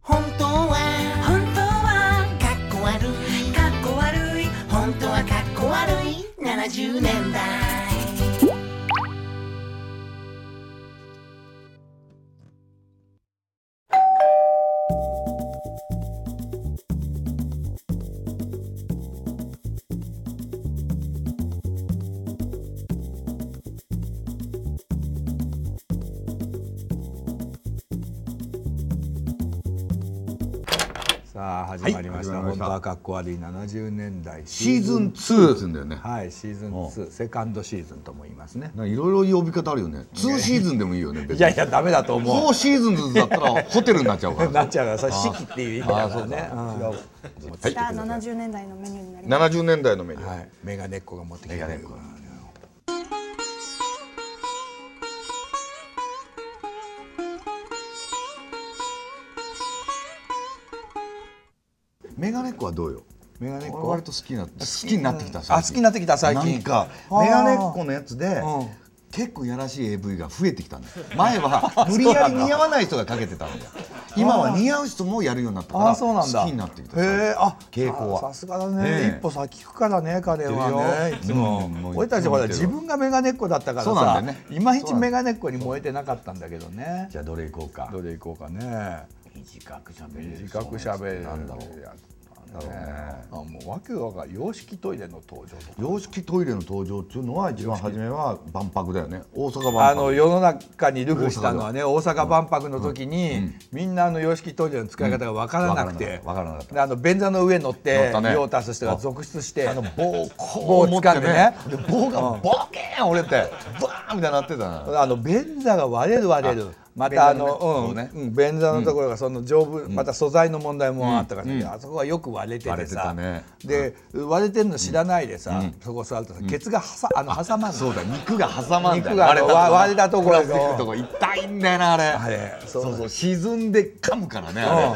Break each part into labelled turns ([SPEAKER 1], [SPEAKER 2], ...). [SPEAKER 1] 本当は
[SPEAKER 2] 本当は
[SPEAKER 1] かっこ悪い
[SPEAKER 2] かっこ悪い
[SPEAKER 1] 本当はかっこ悪い70年代
[SPEAKER 3] さあ始まりました、
[SPEAKER 4] はい
[SPEAKER 3] 本当はかっこ悪い70年代
[SPEAKER 4] シーズン2って言うんだよね。
[SPEAKER 3] はいシーズン2セカンドシーズンとも言いますね
[SPEAKER 4] なんかいろいろ呼び方あるよね。2シーズンでもいいよね。別に
[SPEAKER 3] いやいやダメだと思
[SPEAKER 4] 4シーズンずつだったらホテルになっちゃうか
[SPEAKER 3] うな
[SPEAKER 4] ら。
[SPEAKER 3] っちゃうからさ四季っていう意味だからねうん持ってきてください
[SPEAKER 5] 七十年代のメニューになります。
[SPEAKER 4] 70年代のメニュー。
[SPEAKER 3] はいメガネっ子が持ってきてくれるから
[SPEAKER 4] メガネっ子はどうよ。
[SPEAKER 3] メガネっ
[SPEAKER 4] 俺
[SPEAKER 3] 子
[SPEAKER 4] 割と好きになって好きになってきた
[SPEAKER 3] あ好きになってきた最近
[SPEAKER 4] なんか
[SPEAKER 3] あー
[SPEAKER 4] メガネっ子のやつで
[SPEAKER 3] うん
[SPEAKER 4] 結構やらしい AV が増えてきたんだよ前は 無理やり似合わない人がかけてたんだよ 今は似合う人もやるようになったから
[SPEAKER 3] あそう
[SPEAKER 4] 好
[SPEAKER 3] なん
[SPEAKER 4] き
[SPEAKER 3] だ
[SPEAKER 4] になってきた
[SPEAKER 3] へえあ
[SPEAKER 4] 傾向は
[SPEAKER 3] ささすがだね
[SPEAKER 4] ええ
[SPEAKER 3] 一歩先行くからね彼はねいつ
[SPEAKER 4] う
[SPEAKER 3] も
[SPEAKER 4] んもう
[SPEAKER 3] 俺たちほら
[SPEAKER 4] いつ
[SPEAKER 3] 自
[SPEAKER 4] も
[SPEAKER 3] 分がメガネっ子だったから
[SPEAKER 4] そうな
[SPEAKER 3] さ
[SPEAKER 4] んだよね
[SPEAKER 3] いまいちメガネっ子に燃えてなかったんだけどね
[SPEAKER 4] じゃあどれいこうか
[SPEAKER 3] どれいこうかね
[SPEAKER 4] 短くしゃべれる
[SPEAKER 3] 短くしゃべる
[SPEAKER 4] なんだろう
[SPEAKER 3] や
[SPEAKER 4] なんだろうね
[SPEAKER 3] あもうわけわかんない洋式トイレの登場とか
[SPEAKER 4] 洋式トイレの登場っていうのは一番初めは万博だよね大阪万博
[SPEAKER 3] あの世の中にルフしたのはね大阪万博の時に、みんなあの洋式トイレの使い方が分からなくて、
[SPEAKER 4] うんわからなかったわからなかった
[SPEAKER 3] であの便座の上に乗って
[SPEAKER 4] 乗ったね
[SPEAKER 3] 用を足す人が続出して
[SPEAKER 4] あの棒を
[SPEAKER 3] 棒
[SPEAKER 4] こ
[SPEAKER 3] を
[SPEAKER 4] う持っ
[SPEAKER 3] 掴
[SPEAKER 4] て
[SPEAKER 3] んでね
[SPEAKER 4] ねで棒がボケーン折れてバーンみたいになってたな
[SPEAKER 3] あの便座が割れる割れるまたあの
[SPEAKER 4] 便座のね
[SPEAKER 3] うんうん便座のところがその丈夫、また素材の問題もあったからね、あそこはよく割れて
[SPEAKER 4] 割
[SPEAKER 3] て
[SPEAKER 4] れて
[SPEAKER 3] さ
[SPEAKER 4] たね
[SPEAKER 3] で割れてるの知らないでさ、そこ座るとさケツがはさあの挟まんの
[SPEAKER 4] そうだ肉が挟まんだよ
[SPEAKER 3] 肉があのわ割れたところ
[SPEAKER 4] プラスチックのとこ痛いんだよなあれ
[SPEAKER 3] あれ
[SPEAKER 4] そ
[SPEAKER 3] そうう
[SPEAKER 4] そう沈んで噛むからねあ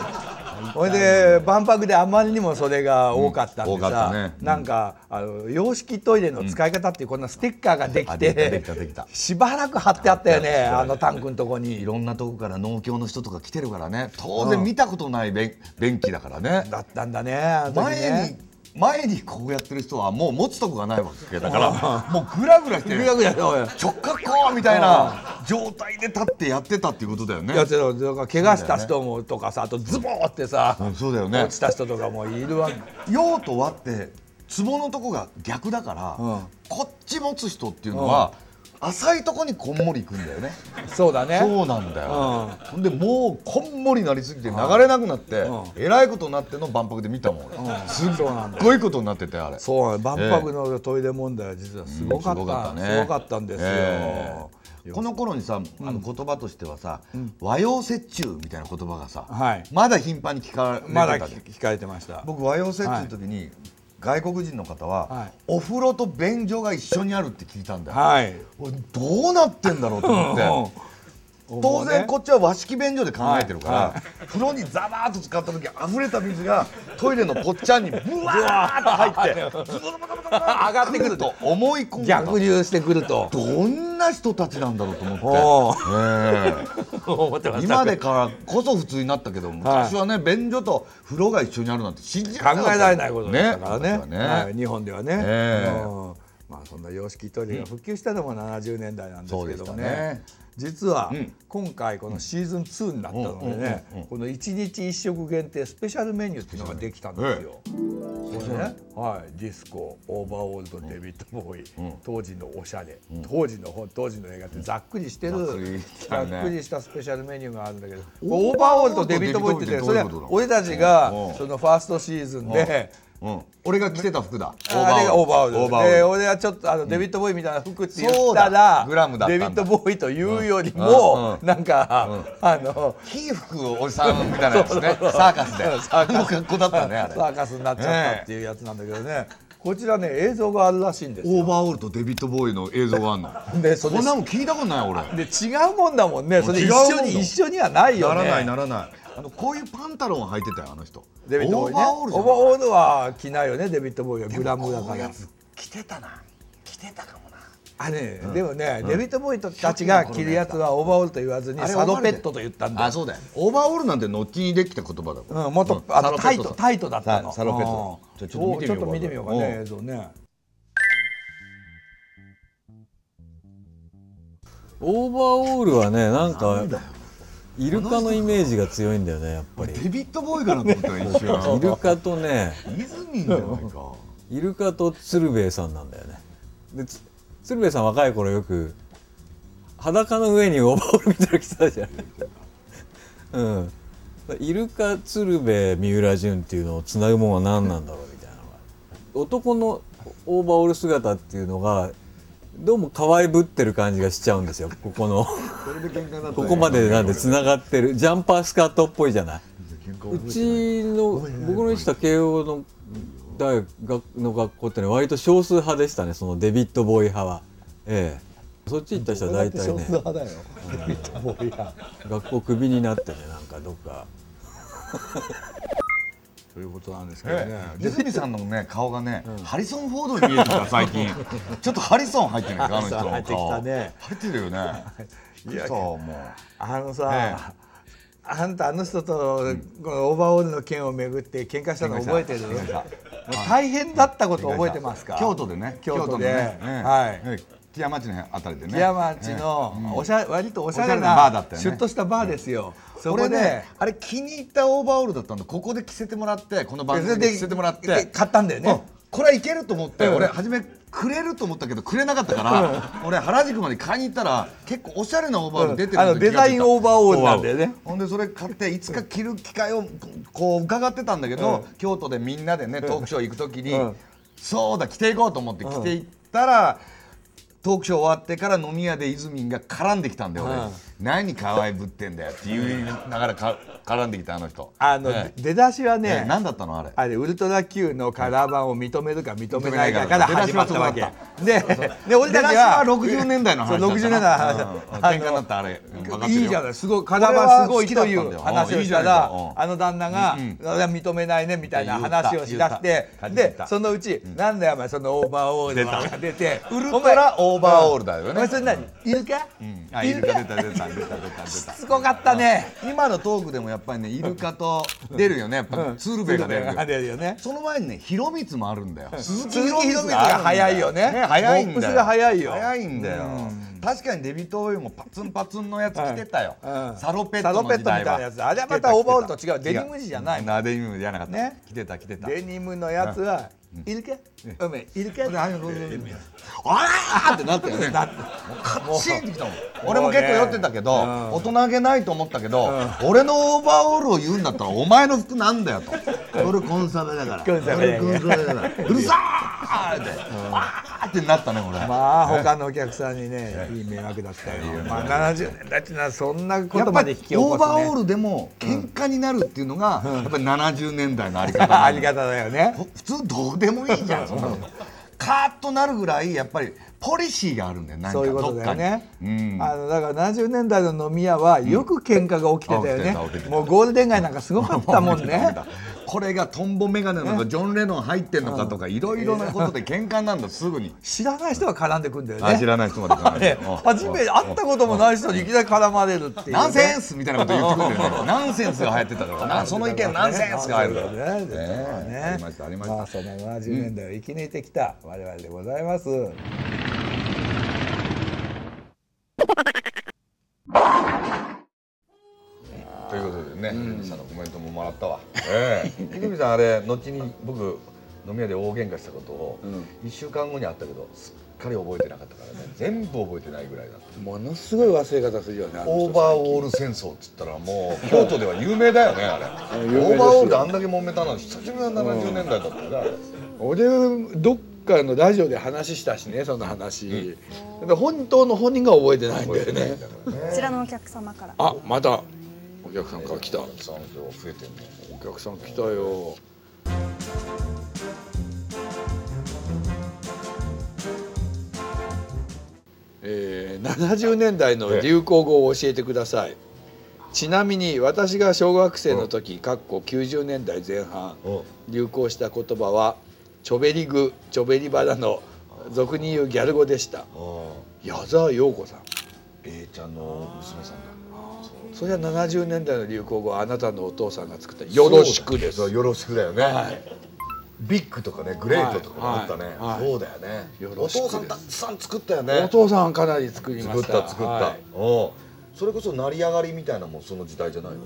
[SPEAKER 3] ほいで万博であまりにもそれが多かったん
[SPEAKER 4] うん
[SPEAKER 3] で
[SPEAKER 4] 多か
[SPEAKER 3] さ、
[SPEAKER 4] ったねうん
[SPEAKER 3] なんかあの洋式トイレの使い方っていうこんなステッカーがで
[SPEAKER 4] あ
[SPEAKER 3] きて
[SPEAKER 4] できたできたできた
[SPEAKER 3] しばらく貼ってあったよねあのタンクのとこ
[SPEAKER 4] れい
[SPEAKER 3] に。
[SPEAKER 4] ろんなとこから農協の人とか来てるからね当然見たことない便便器だからね
[SPEAKER 3] だったんだねあの時
[SPEAKER 4] 前に
[SPEAKER 3] ね
[SPEAKER 4] 前にこうやってる人はもう持つとこがないわけだからもうグラグラして
[SPEAKER 3] ぐやぐやだよ
[SPEAKER 4] 直角みたいな状態で立ってやってたっていうことだよね
[SPEAKER 3] やってただから怪我した人もとかさあとズボーってさ、
[SPEAKER 4] うんそうだよね
[SPEAKER 3] 落ちた人とかもいるわけ
[SPEAKER 4] 用と和って壺のとこが逆だから、
[SPEAKER 3] うん
[SPEAKER 4] こっち持つ人っていうのは、浅いとこにこんもり行くんだよね
[SPEAKER 3] そうだね
[SPEAKER 4] そうなんだよ、ほんでもうこんもりなりすぎて流れなくなって、えらいことになっての万博で見たもん、俺すっ
[SPEAKER 3] そうなんだ
[SPEAKER 4] ごいことになっててあれ
[SPEAKER 3] そう万博のトイレ問題は実はすごかった,、すごかったんですよ、
[SPEAKER 4] ええこの頃にさ、あの言葉としてはさ、和洋折衷みたいな言葉がさ、
[SPEAKER 3] はい
[SPEAKER 4] まだ頻繁に聞かれてた
[SPEAKER 3] まだ
[SPEAKER 4] じゃん
[SPEAKER 3] 聞聞かれてました
[SPEAKER 4] 僕和洋折衷の時に、外国人の方は、
[SPEAKER 3] はい
[SPEAKER 4] お風呂と便所が一緒にあるって聞いたんだよ、
[SPEAKER 3] はい
[SPEAKER 4] おいどうなってんだろうと 思って、当然こっちは和式便所で考えてるから、風呂にザバーッと使った時溢れた水がトイレのぽっちゃんにブワーッと入 ってズボズボズボズボズボ
[SPEAKER 3] 上がってくる
[SPEAKER 4] と思い込んだ
[SPEAKER 3] 逆流してくると
[SPEAKER 4] どんな人たちなんだろうと 思
[SPEAKER 3] お
[SPEAKER 4] って、ええ今でからこそ普通になったけど昔はね、便所と風呂が一緒にあるなんて信じ
[SPEAKER 3] 考
[SPEAKER 4] られなかった
[SPEAKER 3] えられないことでしたからね
[SPEAKER 4] ね昔は
[SPEAKER 3] は
[SPEAKER 4] ね
[SPEAKER 3] い、日本ではね、
[SPEAKER 4] ええ
[SPEAKER 3] うんまあそんな洋式トイレが普及したのも70年代なんですけどもね,、
[SPEAKER 4] そうでしたね
[SPEAKER 3] 実は今回このシーズン2になったのでね、この1日1食限定スペシャルメニューっていうのができたんですよ。これね、はい、ディスコオーバーオールドデビッド・ボーイ、当時のおしゃれ、当時の本当時の映画ってざっくりしてる、
[SPEAKER 4] ざっくりし
[SPEAKER 3] ざ
[SPEAKER 4] たね
[SPEAKER 3] っくりしたスペシャルメニューがあるんだけどオーバーオールドデビッド・ボーイって言ってそれは俺たちが
[SPEAKER 4] うん
[SPEAKER 3] そのファーストシーズンで。
[SPEAKER 4] うん、俺が着てた服だ
[SPEAKER 3] あれがオーバーオール
[SPEAKER 4] オーバ
[SPEAKER 3] で
[SPEAKER 4] ーオール
[SPEAKER 3] 俺はちょっとあのデビッド・ボーイみたいな服って言
[SPEAKER 4] そう
[SPEAKER 3] った
[SPEAKER 4] だ
[SPEAKER 3] ら
[SPEAKER 4] グラムだったん
[SPEAKER 3] デ
[SPEAKER 4] だ
[SPEAKER 3] ビッド・ボーイというよりも
[SPEAKER 4] うん
[SPEAKER 3] なんかあの
[SPEAKER 4] キー服をおじさんみたいなや つねサーカスで
[SPEAKER 3] サーカス
[SPEAKER 4] あの格好だったねあ れ
[SPEAKER 3] サーカスになっちゃったっていうやつなんだけどねこちらね映像があるらしいんです
[SPEAKER 4] オー
[SPEAKER 3] よ
[SPEAKER 4] バーオールとデビッド・ボーイの映像があ んの
[SPEAKER 3] でそれ
[SPEAKER 4] こんなもん聞いたことない俺
[SPEAKER 3] で違うもんだもんねそれ一緒に
[SPEAKER 4] 違うもんだ
[SPEAKER 3] 一緒にはないよ
[SPEAKER 4] な
[SPEAKER 3] ね
[SPEAKER 4] らないならないあのこういうパンタロンを履いてたよあの人
[SPEAKER 3] デビッド・ボーイね
[SPEAKER 4] オーバーオールじゃ
[SPEAKER 3] オー
[SPEAKER 4] ない
[SPEAKER 3] バーオールは着ないよねデビッド・ボーイはグラムだ
[SPEAKER 4] こ
[SPEAKER 3] か
[SPEAKER 4] ういう
[SPEAKER 3] ら
[SPEAKER 4] やつ着てたな着てたかもな
[SPEAKER 3] あね、でもね、デビッド・ボーイたちが着るやつはオーバーオールと言わずに
[SPEAKER 4] あれ
[SPEAKER 3] サドペットと言ったんだよ
[SPEAKER 4] あそうだよオーバーオールなんて後にできた言葉だから
[SPEAKER 3] うん、もっと、あのタイト
[SPEAKER 4] さ
[SPEAKER 3] タイトだったの
[SPEAKER 4] さサロペット
[SPEAKER 3] うん
[SPEAKER 4] じゃあちょっと見てみようか
[SPEAKER 3] おちょっと見てみようかね映
[SPEAKER 4] うん
[SPEAKER 3] 像ね
[SPEAKER 5] オーバーオールはねなんかイルカのイメージが強いんだよねやっぱり
[SPEAKER 4] デビッド・ボーイかなと思った ら一
[SPEAKER 5] イ
[SPEAKER 4] 瞬
[SPEAKER 5] ルカとね
[SPEAKER 4] イズミンじゃないか
[SPEAKER 5] イルカと鶴瓶さんなんだよねでつ鶴瓶さん若い頃よく裸の上にオーバーオールみたいなの着てたじゃん うんイルカ鶴瓶三浦淳っていうのをつなぐもんは何なんだろうみたいなのが男のオーバーオール姿っていうのがどうも可愛ぶってる感じがしちゃうんですよここの
[SPEAKER 4] これで喧嘩だった
[SPEAKER 5] ここまでなんでつながってるジャンパースカートっぽいじゃないううちの僕の行ってた慶応の大学の学校ってね割と少数派でしたねそのデビッド・ボーイ派は、ええ、そっち行った人は大体ね
[SPEAKER 3] 派だよデビッド・ボーイが
[SPEAKER 5] 学校クビになってねなんかどっか
[SPEAKER 3] ということなんですけどね
[SPEAKER 4] ええ、ディズニーさんのね顔がね、ハリソン・フォードに見えてた最近ちょっとハリソン入ってないかあの人の顔
[SPEAKER 3] ハリソン入ってきたね
[SPEAKER 4] 入ってるよねいやそうも
[SPEAKER 3] あのさ、あんたあの人とこのオーバーオールの件をめぐって喧嘩したの覚えてる
[SPEAKER 4] 喧嘩した
[SPEAKER 3] もう大変だったこと
[SPEAKER 4] う
[SPEAKER 3] 覚えてますか
[SPEAKER 4] 京都でね
[SPEAKER 3] 京都で
[SPEAKER 4] はい
[SPEAKER 3] は
[SPEAKER 4] 木屋町の辺あたりでね
[SPEAKER 3] 木屋町のおしゃ、割とおしゃれ
[SPEAKER 4] おしゃれなバーだ
[SPEAKER 3] な
[SPEAKER 4] ったよね
[SPEAKER 3] シュッとしたバーですよ、そ
[SPEAKER 4] こ
[SPEAKER 3] こ
[SPEAKER 4] れ
[SPEAKER 3] で
[SPEAKER 4] ねあれ気に入ったオーバーオールだったんでここで着せてもらってこの番組で着せてもらっ
[SPEAKER 3] で
[SPEAKER 4] て
[SPEAKER 3] 買ったんだよね、
[SPEAKER 4] うんこれはいけると思って、
[SPEAKER 3] うん
[SPEAKER 4] 俺初めくれると思ったけどくれなかったから、俺原宿まで買いに行ったら結構おしゃれなオーバーオール出てる
[SPEAKER 3] あの
[SPEAKER 4] の
[SPEAKER 3] デザインオーバーオールなんだよね
[SPEAKER 4] ほんでそれ買っていつか着る機会をこう伺ってたんだけど、京都でみんなでねトークショー行く時に、
[SPEAKER 3] うん
[SPEAKER 4] そうだ着ていこうと思って着ていったら、トークショー終わってから飲み屋でイズミンが絡んできたんだよ、俺
[SPEAKER 3] うん
[SPEAKER 4] 何可愛ぶってんだよって言いながらか絡んできたあの人
[SPEAKER 3] あの、
[SPEAKER 4] ええ
[SPEAKER 3] 出だしは
[SPEAKER 4] ええ
[SPEAKER 3] ね、
[SPEAKER 4] 何だったのあれ
[SPEAKER 3] あれウルトラ Q のカラー版を認めるか認めないか
[SPEAKER 4] 認め
[SPEAKER 3] か
[SPEAKER 4] ない
[SPEAKER 3] ら
[SPEAKER 4] か
[SPEAKER 3] 始まったわけ
[SPEAKER 4] 出だしは
[SPEAKER 3] でで俺たち
[SPEAKER 4] 出
[SPEAKER 3] は
[SPEAKER 4] だしは60年代の話だったな
[SPEAKER 3] そう60年代の話だった
[SPEAKER 4] うん喧嘩になったあれ分かってるよ
[SPEAKER 3] いいじゃないすごいカラー版すごいとい
[SPEAKER 4] これは好き
[SPEAKER 3] う
[SPEAKER 4] だったんだよ
[SPEAKER 3] 話をし
[SPEAKER 4] い
[SPEAKER 3] た
[SPEAKER 4] いじゃない
[SPEAKER 3] ら
[SPEAKER 4] かうん
[SPEAKER 3] あの旦那が「俺は認めないね」みたいな話をしだして
[SPEAKER 4] 言った言っ
[SPEAKER 3] で
[SPEAKER 4] た
[SPEAKER 3] そのうち「なんだよお前そのオーバーオールは」が出て「ウル
[SPEAKER 4] ウルトラオーバーオールだよ
[SPEAKER 3] お前
[SPEAKER 4] ね
[SPEAKER 3] それ何イルカ
[SPEAKER 4] うんあイルカ出た出た出た出た出た出た
[SPEAKER 3] すごかったね
[SPEAKER 4] 今のトークでもやっぱりねイルカと出るよねやっぱ鶴瓶が出るよ
[SPEAKER 3] が出るよね
[SPEAKER 4] その前にね広光もあるんだよ
[SPEAKER 3] 鈴
[SPEAKER 4] 鈴
[SPEAKER 3] 木博光が早いよね
[SPEAKER 4] 早いん
[SPEAKER 3] モップ
[SPEAKER 4] だ
[SPEAKER 3] ス
[SPEAKER 4] よ
[SPEAKER 3] が早いよ
[SPEAKER 4] 早いんだよ確かにデビッド・オイルもパツンパツンのやつ着てたよ
[SPEAKER 3] うん
[SPEAKER 4] サロペット
[SPEAKER 3] サロ
[SPEAKER 4] の時
[SPEAKER 3] ペットみた
[SPEAKER 4] 代
[SPEAKER 3] い
[SPEAKER 4] は
[SPEAKER 3] なやつあれはまたオーバーオールと違うデニム地じゃないもん
[SPEAKER 4] なデニムじゃなかった
[SPEAKER 3] ね
[SPEAKER 4] 着てた着てた
[SPEAKER 3] デニムのやつはイルカおめえイルカ
[SPEAKER 4] あらーってなったよね
[SPEAKER 3] だって
[SPEAKER 4] シーンってきたもん俺も結構酔ってたけど、
[SPEAKER 3] ん
[SPEAKER 4] 大人げないと思ったけど、俺のオーバーオールを言うんだったらお前の服なんだよと俺コンサバだから
[SPEAKER 3] コンサバだ
[SPEAKER 4] 俺
[SPEAKER 3] よ
[SPEAKER 4] コンサバだからうるさーって、あーってなったね俺、
[SPEAKER 3] まあ他のお客さんに ね、いい迷惑だったよ。まあ70年代ってのはそんなこ
[SPEAKER 4] や
[SPEAKER 3] と
[SPEAKER 4] っぱ
[SPEAKER 3] まで
[SPEAKER 4] り
[SPEAKER 3] 引き起
[SPEAKER 4] オ
[SPEAKER 3] こ
[SPEAKER 4] ー
[SPEAKER 3] すね。
[SPEAKER 4] バーオールでも喧嘩になるっていうのが、やっぱり70年代のあり方
[SPEAKER 3] あ
[SPEAKER 4] なんだ
[SPEAKER 3] り
[SPEAKER 4] よ
[SPEAKER 3] 方だよね。
[SPEAKER 4] ほ普通どうでもいいじゃんそんなのカーッとなるぐらいやっぱりポリシーがあるんだよなんか
[SPEAKER 3] そういうこと
[SPEAKER 4] どっ
[SPEAKER 3] だ
[SPEAKER 4] か
[SPEAKER 3] よ
[SPEAKER 4] に
[SPEAKER 3] ね。
[SPEAKER 4] うん
[SPEAKER 3] あのだから70年代の飲み屋はよく喧嘩が起きてたよね
[SPEAKER 4] うん起きてた起きて。た
[SPEAKER 3] もうゴールデン街なんかすごかったもん ね。
[SPEAKER 4] これがトンボメガネなのかジョン・レノン入ってんのかとかいろいろなことで喧嘩になるんだすぐに
[SPEAKER 3] 知らない人が絡んでくんだよ
[SPEAKER 4] あ知
[SPEAKER 3] ね。
[SPEAKER 4] らない人までか
[SPEAKER 3] ね 初めて会ったこともない人にいきなり絡まれるっていうね。
[SPEAKER 4] ナンセンスみたいなこと言ってくるんだよね ナンセンスが流行ってたからなその意見ナンセンスが入るか
[SPEAKER 3] そうだ
[SPEAKER 4] ら
[SPEAKER 3] ねそうだね
[SPEAKER 4] ねありましたありました
[SPEAKER 3] あその70年代を生き抜いてきた我々でございます。
[SPEAKER 4] ということでねひるみさんのコメントももらったわえ えひるみさんあれ後に僕飲み屋で大喧嘩したことを1週間後にあったけどすっかり覚えてなかったからね全部覚えてないぐらいだった
[SPEAKER 3] ものすごい忘れ方するよね。
[SPEAKER 4] オーバーオール戦争っつったらもう京都では有名だよねあれ
[SPEAKER 6] 有名です
[SPEAKER 4] オ
[SPEAKER 6] よ
[SPEAKER 4] ーバーオールであんだけ揉めたのに久しぶりの70年代だったよねあれ
[SPEAKER 6] 俺どっかのラジオで話したしねその話、で本当の本人が覚えてないんだよね
[SPEAKER 2] こちらのお客様から
[SPEAKER 6] あまたお客さんから来た
[SPEAKER 4] お客さん今日増えてんね
[SPEAKER 6] お客さん来たよえー、70年代の流行語を教えてくださいちなみに私が小学生の時かっこ90年代前半流行した言葉は「ちょべりぐ」「ちょべりばだの」
[SPEAKER 3] 俗に言うギャル語でした矢沢陽子さん
[SPEAKER 4] A ちゃんの娘さんだ
[SPEAKER 3] それは70年代の流行語はあなたのお父さんが作った「よろしく」です
[SPEAKER 4] そうよろしくだよね、ビッグとかねグレートとか
[SPEAKER 3] は
[SPEAKER 4] もあ
[SPEAKER 3] い
[SPEAKER 4] ったね、
[SPEAKER 3] はい
[SPEAKER 4] そうだよね
[SPEAKER 3] よ
[SPEAKER 4] お
[SPEAKER 3] ろしくです
[SPEAKER 4] 父さんたくさん作った よ
[SPEAKER 3] お
[SPEAKER 4] ね
[SPEAKER 3] 父さんかなり作りま
[SPEAKER 4] 作っ
[SPEAKER 3] した
[SPEAKER 4] た作った、
[SPEAKER 3] はい
[SPEAKER 4] うんそれこそ成り上がりみたいなのもその時代じゃないの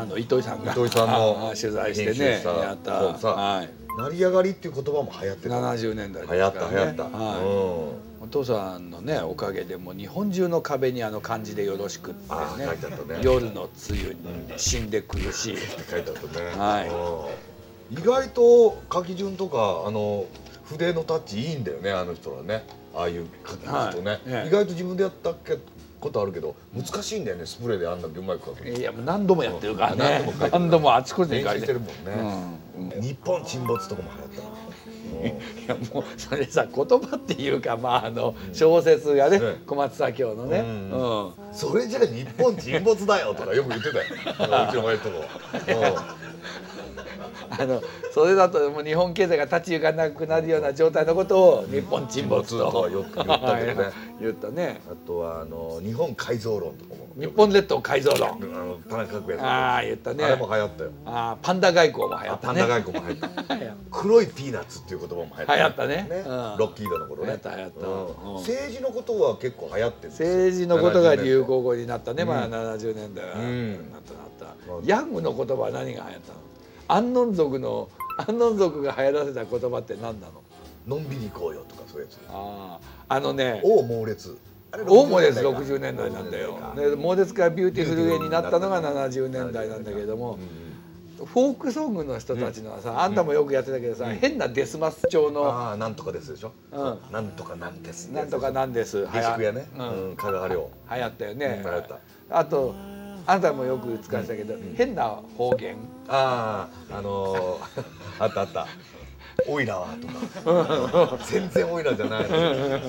[SPEAKER 3] あの糸井さんが
[SPEAKER 4] 糸井さん の
[SPEAKER 3] あ取材して
[SPEAKER 4] 編集
[SPEAKER 3] ね
[SPEAKER 4] した
[SPEAKER 3] やった
[SPEAKER 4] そうさ
[SPEAKER 3] はい、
[SPEAKER 4] 成り上がりっていう言葉も流行ってた
[SPEAKER 3] 70年代です
[SPEAKER 4] 流行った流行った、
[SPEAKER 3] はいお父さんのねおかげでもう日本中の壁にあの漢字で「よろしく」って
[SPEAKER 4] あー
[SPEAKER 3] ね
[SPEAKER 4] 書いてあったね
[SPEAKER 3] 夜の梅雨に死んで苦しい
[SPEAKER 4] うん書いてあったね、
[SPEAKER 3] はい
[SPEAKER 4] うん意外と書き順とかあの筆のタッチいいんだよねあの人はねああいう書き順とね、
[SPEAKER 3] はいええ
[SPEAKER 4] 意外と自分でやったことあるけど難しいんだよねスプレーであんだけうまく書くの
[SPEAKER 3] いやもう何度もやってるから
[SPEAKER 4] 何
[SPEAKER 3] ね
[SPEAKER 4] 度も書いてる
[SPEAKER 3] 何度もあちこちで
[SPEAKER 4] 練
[SPEAKER 3] 書
[SPEAKER 4] 習
[SPEAKER 3] い
[SPEAKER 4] しててる
[SPEAKER 3] る
[SPEAKER 4] もんね、日本沈没とかも流行った、うん
[SPEAKER 3] いやもうそれさ言葉っていうかまああの小説がね
[SPEAKER 4] うん
[SPEAKER 3] 小松左京のね
[SPEAKER 4] うん
[SPEAKER 3] うん
[SPEAKER 4] それじゃ日本沈没だよとかよく 言ってたようちの親とも、
[SPEAKER 3] あのそれだともう日本経済が立ち行かなくなるような状態のことを日本沈没
[SPEAKER 4] 沈没と
[SPEAKER 3] と
[SPEAKER 4] はよく言ったけどね
[SPEAKER 3] はい 言ったね
[SPEAKER 4] うん、あとはあの日本改造論とかも
[SPEAKER 3] 日本列島改造論
[SPEAKER 4] あの田中角栄さん
[SPEAKER 3] ああ言ったね
[SPEAKER 4] あれも流行ったよ
[SPEAKER 3] あーパンダ外交も流行
[SPEAKER 4] あ
[SPEAKER 3] った
[SPEAKER 4] パン
[SPEAKER 3] ね
[SPEAKER 4] ダ外交も流行った黒いピーナッツっていう言葉も流行った
[SPEAKER 3] 流行ったねうん
[SPEAKER 4] ロッキードの頃ね
[SPEAKER 3] 流行った流行った
[SPEAKER 4] うん
[SPEAKER 3] うん
[SPEAKER 4] 政治のことは結構流行ってるんですよ
[SPEAKER 3] 政治のことが流行語になったね、まあ70年代は、
[SPEAKER 4] うん
[SPEAKER 3] なったなった、
[SPEAKER 4] まあ
[SPEAKER 3] ヤングの言葉は何が流行ったの安納族の安納族が流行らせた言葉って何なの
[SPEAKER 4] のんびり行こうよとかそういうやつ
[SPEAKER 3] あーあのね
[SPEAKER 4] 王猛烈あれ
[SPEAKER 3] 大モレス60
[SPEAKER 4] 60
[SPEAKER 3] 年代なんだよ
[SPEAKER 4] 60年代か
[SPEAKER 3] で猛烈からビューティフルウェイになったのが70
[SPEAKER 4] 70
[SPEAKER 3] 年代なんだけども
[SPEAKER 4] うん、
[SPEAKER 3] フォークソングの人たちのはさ、あんたもよくやってたけどさ、変なデスマス調の
[SPEAKER 4] ああなんとかですでしょ、
[SPEAKER 3] う
[SPEAKER 4] なんとかなんです
[SPEAKER 3] なんとかなんです
[SPEAKER 4] 下宿屋ね、
[SPEAKER 3] う
[SPEAKER 4] うん
[SPEAKER 3] ん、
[SPEAKER 4] 加賀亮
[SPEAKER 3] 流行ったよね、
[SPEAKER 4] うん流行った
[SPEAKER 3] あとあんたもよく使ってたけど、変な方言
[SPEAKER 4] あああのー、 あったあったオイラはと か全然オイラじゃないの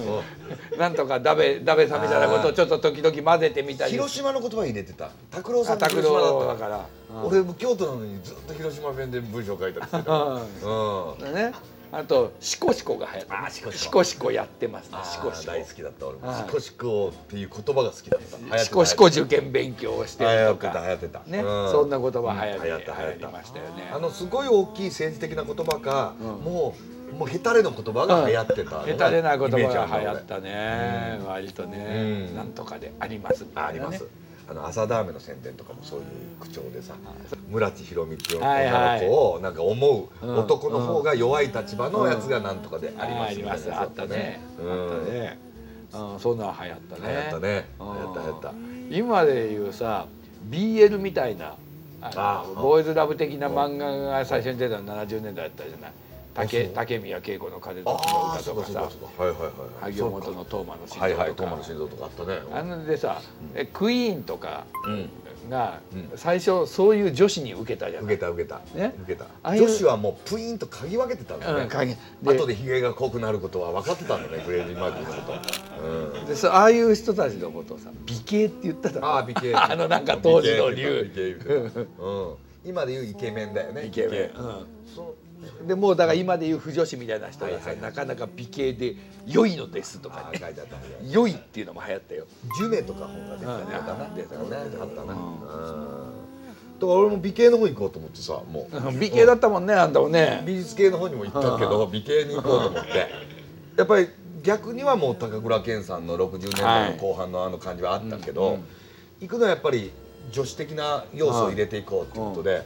[SPEAKER 3] なんとかダベダベサメじゃないことをちょっと時々混ぜてみたり
[SPEAKER 4] 広島の言葉入れてた拓郎さんも
[SPEAKER 3] あ拓
[SPEAKER 4] 広島
[SPEAKER 3] 郎
[SPEAKER 4] だ
[SPEAKER 3] だ
[SPEAKER 4] った
[SPEAKER 3] か
[SPEAKER 4] から
[SPEAKER 3] ら
[SPEAKER 4] 俺京都なのにずっと広島弁で文章書いたりしてたうん
[SPEAKER 3] うんねあとシコシコが流行ったね
[SPEAKER 4] あシコシコ
[SPEAKER 3] シコシコやってますね
[SPEAKER 4] あー
[SPEAKER 3] シコシコ
[SPEAKER 4] 大好きだった俺も
[SPEAKER 3] はい
[SPEAKER 4] シコシコっていう言葉が好きだった流行ってた
[SPEAKER 3] シコシコ受験勉強をして
[SPEAKER 4] 流行
[SPEAKER 3] ると
[SPEAKER 4] ってた流
[SPEAKER 3] か
[SPEAKER 4] 行ってた
[SPEAKER 3] ね
[SPEAKER 4] う
[SPEAKER 3] そんな言葉流行
[SPEAKER 4] 流行っ
[SPEAKER 3] り流行
[SPEAKER 4] た流行った
[SPEAKER 3] りましたよね
[SPEAKER 4] あのすごい大きい政治的な言葉か、もうもうヘタレの言葉が流行ってたのが、
[SPEAKER 3] 下手れな言葉
[SPEAKER 4] イメージある
[SPEAKER 3] が
[SPEAKER 4] な
[SPEAKER 3] 流行ったね割とね
[SPEAKER 4] うん
[SPEAKER 3] なんとかでありますみ
[SPEAKER 4] 俺あ
[SPEAKER 3] た
[SPEAKER 4] あ
[SPEAKER 3] い
[SPEAKER 4] り
[SPEAKER 3] な
[SPEAKER 4] ま
[SPEAKER 3] ね
[SPEAKER 4] すあの朝ダーメの宣伝とかもそういう口調でさ村地弘美っていう
[SPEAKER 3] はい
[SPEAKER 4] 女
[SPEAKER 3] はい
[SPEAKER 4] の子をなんか思う男の方が弱い立場のやつがなんとかでありますみたいなやつだ
[SPEAKER 3] あったね
[SPEAKER 4] う
[SPEAKER 3] あ
[SPEAKER 4] ん
[SPEAKER 3] った
[SPEAKER 4] 流
[SPEAKER 3] ねうんそんなん流行ったね
[SPEAKER 4] 行ったね
[SPEAKER 3] う
[SPEAKER 4] 流
[SPEAKER 3] ん
[SPEAKER 4] 行った流行った
[SPEAKER 3] 今でいうさ BL みたいなあ
[SPEAKER 4] あ
[SPEAKER 3] のボーイズラブ的な漫画が最初に出たの70年代だったじゃない竹
[SPEAKER 4] そう
[SPEAKER 3] 竹宮恵子の風立ちの
[SPEAKER 4] ああ
[SPEAKER 3] 歌
[SPEAKER 4] そ
[SPEAKER 3] と
[SPEAKER 4] うか
[SPEAKER 3] か
[SPEAKER 4] そうか
[SPEAKER 3] さ
[SPEAKER 4] そうかはいはいはい
[SPEAKER 3] 萩尾本のトーマの心
[SPEAKER 4] はいはい
[SPEAKER 3] 臓と
[SPEAKER 4] トーマの
[SPEAKER 3] か
[SPEAKER 4] 心臓とかあったね
[SPEAKER 3] あのでさえクイーンとか
[SPEAKER 4] うん
[SPEAKER 3] が
[SPEAKER 4] う
[SPEAKER 3] 最初そういう女子に受けたじゃな
[SPEAKER 4] 受
[SPEAKER 3] い
[SPEAKER 4] けた受けた、
[SPEAKER 3] ね
[SPEAKER 4] 受けた
[SPEAKER 3] ああいう
[SPEAKER 4] 女子はもうプイーンと嗅ぎ分けてたんだね、
[SPEAKER 3] うん嗅ぎで
[SPEAKER 4] 後でひげが濃くなることは分かってたんだねグレーディマーキーのこと、うん、
[SPEAKER 3] でそうああいう人たちのことをさ美形って言っただろ
[SPEAKER 4] ああ美形
[SPEAKER 3] あのなんか当時の
[SPEAKER 4] 美形
[SPEAKER 3] 竜
[SPEAKER 4] 美形美形うん今で言うイケメンだよね
[SPEAKER 3] イケメン
[SPEAKER 4] そ
[SPEAKER 3] でもうだから今でいう不女子みたいな人が
[SPEAKER 4] は
[SPEAKER 3] さ
[SPEAKER 4] いはいは
[SPEAKER 3] ないかなか美形で良いのですとか
[SPEAKER 4] ああ
[SPEAKER 3] ね
[SPEAKER 4] 書いてあったね
[SPEAKER 3] 良いっていうのも流行ったよ
[SPEAKER 4] ジュネとか本が出てた
[SPEAKER 3] うん
[SPEAKER 4] あったな
[SPEAKER 3] 出てた
[SPEAKER 4] ねあったなうんだから俺も美形の方行こうと思ってさもう
[SPEAKER 3] 美形だったもんねあんたもね
[SPEAKER 4] 美術系の方にも行ったけど美形に行こうと思って やっぱり逆にはもう高倉健さんの60年代の後半のあの感じはあったけど、行くのはやっぱり女子的な要素を入れていこうっていうことで、やっ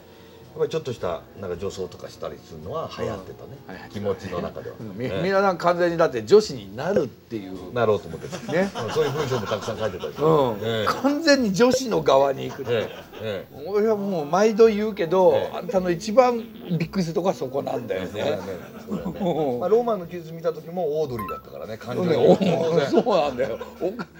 [SPEAKER 4] ぱりちょっとしたなんか女装とかしたりするのは流行ってたね、
[SPEAKER 3] うんはい
[SPEAKER 4] 気持ちの中では、
[SPEAKER 3] み
[SPEAKER 4] ね
[SPEAKER 3] みんななんか完全にだって女子になるっていう、
[SPEAKER 4] なろうと思ってた、
[SPEAKER 3] ね
[SPEAKER 4] うんそういう文章もたくさん書いてたりする
[SPEAKER 3] うん
[SPEAKER 4] ええ
[SPEAKER 3] 完全に女子の側に行くって、
[SPEAKER 4] ええええ
[SPEAKER 3] 俺はもう毎度言うけど、
[SPEAKER 4] ええ
[SPEAKER 3] あんたの一番びっくりするとこはそこなんだよ
[SPEAKER 4] そうだよ
[SPEAKER 3] ね
[SPEAKER 4] ね。そうだよねまあ、ローマの休日見た時もオードリーだったからね感情
[SPEAKER 3] そう
[SPEAKER 4] が
[SPEAKER 3] だよそうなんだよ。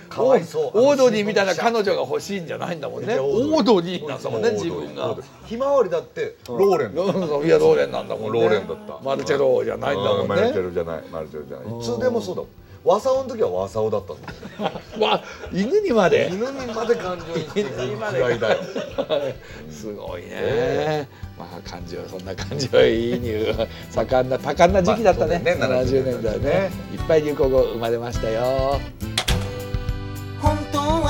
[SPEAKER 3] お
[SPEAKER 4] かわいそう
[SPEAKER 3] オードリーみたいな彼女が欲しいんじゃないんだもんね。オードリーなんだもんね、自分が。
[SPEAKER 4] ひまわりだってローレンだ
[SPEAKER 3] ローいやローレンなんだもんね。
[SPEAKER 4] ローレンだった
[SPEAKER 3] マルチェロじゃないんだもん
[SPEAKER 4] マルチェ
[SPEAKER 3] ね。
[SPEAKER 4] ロじゃないマルチェロじゃないいつでもそうだもんワサオの時はワサオだったんだよ
[SPEAKER 3] わ、犬にまで。
[SPEAKER 4] 犬にまで感情にしてくる
[SPEAKER 3] 犬にま
[SPEAKER 4] く
[SPEAKER 3] で
[SPEAKER 4] らいだよ
[SPEAKER 3] すごいね。まあ感じはそんな感じはいいに盛んな多感な時期だったね,、
[SPEAKER 4] まあそうだね
[SPEAKER 3] 70年代ねいっぱい流行語生まれましたよ
[SPEAKER 1] 本当は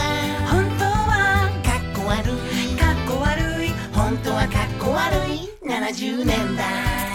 [SPEAKER 1] 本当はかっこ悪いかっこ悪い本当はかっこ悪い70年代